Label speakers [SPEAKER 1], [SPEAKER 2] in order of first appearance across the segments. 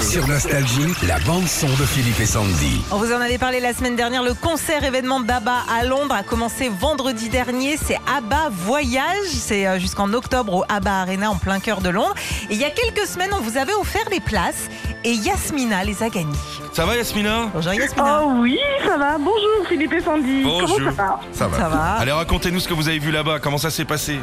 [SPEAKER 1] Sur Nostalgie, la bande-son de Philippe et Sandy.
[SPEAKER 2] On vous en avait parlé la semaine dernière. Le concert événement d'ABBA à Londres a commencé vendredi dernier. C'est ABBA Voyage. C'est euh, jusqu'en octobre au ABBA Arena en plein cœur de Londres. Et il y a quelques semaines, on vous avait offert des places et Yasmina les a gagnées.
[SPEAKER 3] Ça va Yasmina
[SPEAKER 2] Bonjour Yasmina.
[SPEAKER 4] Oh oui, ça va. Bonjour Philippe et Sandy.
[SPEAKER 3] Bonjour.
[SPEAKER 4] Comment ça va
[SPEAKER 1] Ça
[SPEAKER 2] Ça va
[SPEAKER 3] Allez racontez-nous ce que vous avez vu là-bas, comment ça s'est passé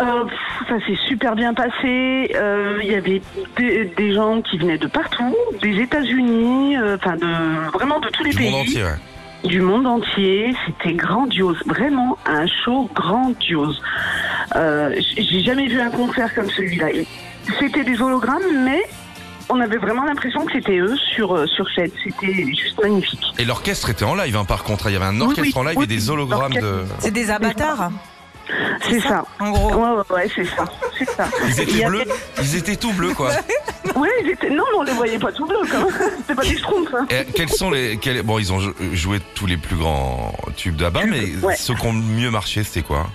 [SPEAKER 4] Euh, pff, Ça s'est super bien passé. Euh, Il y avait des, des gens qui venaient de partout, des États-Unis, euh, enfin de vraiment de tous les
[SPEAKER 3] Du
[SPEAKER 4] pays,
[SPEAKER 3] monde entier. ouais.
[SPEAKER 4] du monde entier. C'était grandiose, vraiment un show grandiose. Euh, j- J'ai jamais vu un concert comme celui-là. Et C'était des hologrammes, mais on avait vraiment l'impression que c'était eux sur euh, sur scène. C'était juste magnifique.
[SPEAKER 3] Et l'orchestre était en live hein, par contre, il y avait un
[SPEAKER 4] Oui,
[SPEAKER 3] orchestre
[SPEAKER 4] oui,
[SPEAKER 3] en live
[SPEAKER 4] oui,
[SPEAKER 3] et des hologrammes de...
[SPEAKER 2] C'est des avatars, hein,
[SPEAKER 4] C'est ça.
[SPEAKER 2] en gros.
[SPEAKER 4] Ouais, ouais, ouais, c'est ça. C'est ça.
[SPEAKER 3] Ils
[SPEAKER 4] Il y
[SPEAKER 3] étaient
[SPEAKER 4] avait-
[SPEAKER 3] bleus, ils étaient tout bleus quoi.
[SPEAKER 4] Ouais, ils étaient... non, mais on les voyait pas tout bleus, quand même. C'était pas des schtroumpfs, hein.
[SPEAKER 3] Et quels sont les... quels- Bon, ils ont jou- joué tous les plus grands tubes d'ABBA, mais
[SPEAKER 4] ouais.
[SPEAKER 3] ceux qui ont le mieux marché, c'était quoi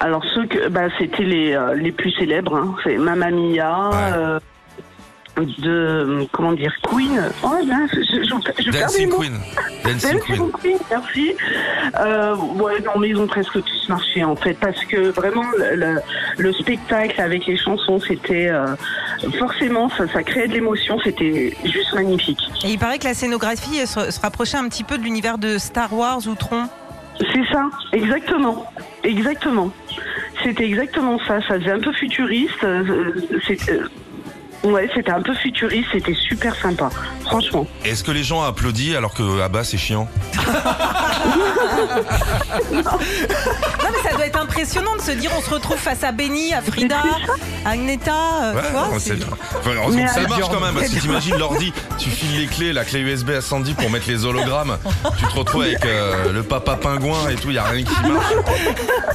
[SPEAKER 4] Alors, ceux que, bah, c'était les, euh, les plus célèbres, hein. C'est Mamma Mia,
[SPEAKER 3] Ouais.
[SPEAKER 4] euh, de, euh, comment dire, Queen. Oh, là, je, je, je perds les
[SPEAKER 3] Dancing
[SPEAKER 4] mots.
[SPEAKER 3] Queen. Dancing Queen.
[SPEAKER 4] Dancing Queen, merci. Euh, ouais, non, mais ils ont presque tous marché, en fait, parce que vraiment, le, le- le spectacle avec les chansons, c'était, euh, forcément, ça, ça créait de l'émotion, c'était juste magnifique.
[SPEAKER 2] Et il paraît que la scénographie euh, se, se rapprochait un petit peu de l'univers de Star Wars ou Tron.
[SPEAKER 4] C'est ça, exactement. Exactement. C'était exactement ça. Ça faisait un peu futuriste. euh, c'était- euh, Ouais, c'était un peu futuriste. C'était super sympa. Franchement.
[SPEAKER 3] Est-ce que les gens applaudissent alors que ABBA c'est chiant
[SPEAKER 2] Non Ah, mais ça doit être impressionnant de se dire on se retrouve face à Benny, à Frida, à Agneta. euh,
[SPEAKER 3] Ouais,
[SPEAKER 2] tu vois,
[SPEAKER 3] non,
[SPEAKER 2] c'est-
[SPEAKER 3] c'est bien. Enfin, heureusement
[SPEAKER 4] Mais
[SPEAKER 3] que ça
[SPEAKER 4] alors-
[SPEAKER 3] marche quand même, parce que t'imagines l'ordi, tu files les clés, la clé USB à Sandy pour mettre les hologrammes, tu te retrouves avec euh, le papa pingouin et tout, y a rien qui marche.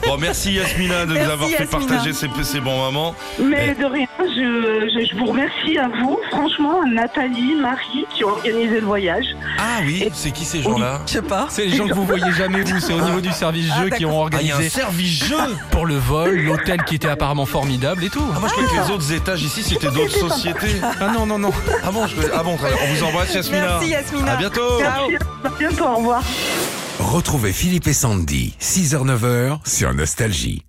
[SPEAKER 3] Bon, merci Yasmina de
[SPEAKER 2] Merci,
[SPEAKER 3] nous avoir fait
[SPEAKER 2] Yasmina.
[SPEAKER 3] partager ces, ces bons moments.
[SPEAKER 4] Mais de rien, je, je, je vous remercie à vous, franchement, à Nathalie, Marie, qui ont organisé le voyage.
[SPEAKER 3] Ah oui, c'est qui ces gens-là
[SPEAKER 2] Je sais pas.
[SPEAKER 5] C'est les gens que vous voyez jamais vous, c'est au niveau du service
[SPEAKER 2] Ah,
[SPEAKER 5] jeu qui ont
[SPEAKER 3] Ah, il y a un
[SPEAKER 5] organisé
[SPEAKER 3] service-jeu
[SPEAKER 5] pour le vol, l'hôtel qui était apparemment formidable et tout.
[SPEAKER 3] Ah, moi je croyais que les autres étages ici c'était d'autres sociétés.
[SPEAKER 5] Ah non non non.
[SPEAKER 3] Ah bon, je... ah bon, très bien. on vous embrasse Yasmina.
[SPEAKER 2] Merci Yasmina.
[SPEAKER 3] À bientôt.
[SPEAKER 2] Ciao.
[SPEAKER 4] Merci, à bientôt, au revoir.
[SPEAKER 1] Retrouvez Philippe et Sandy, 6h-9h, sur Nostalgie.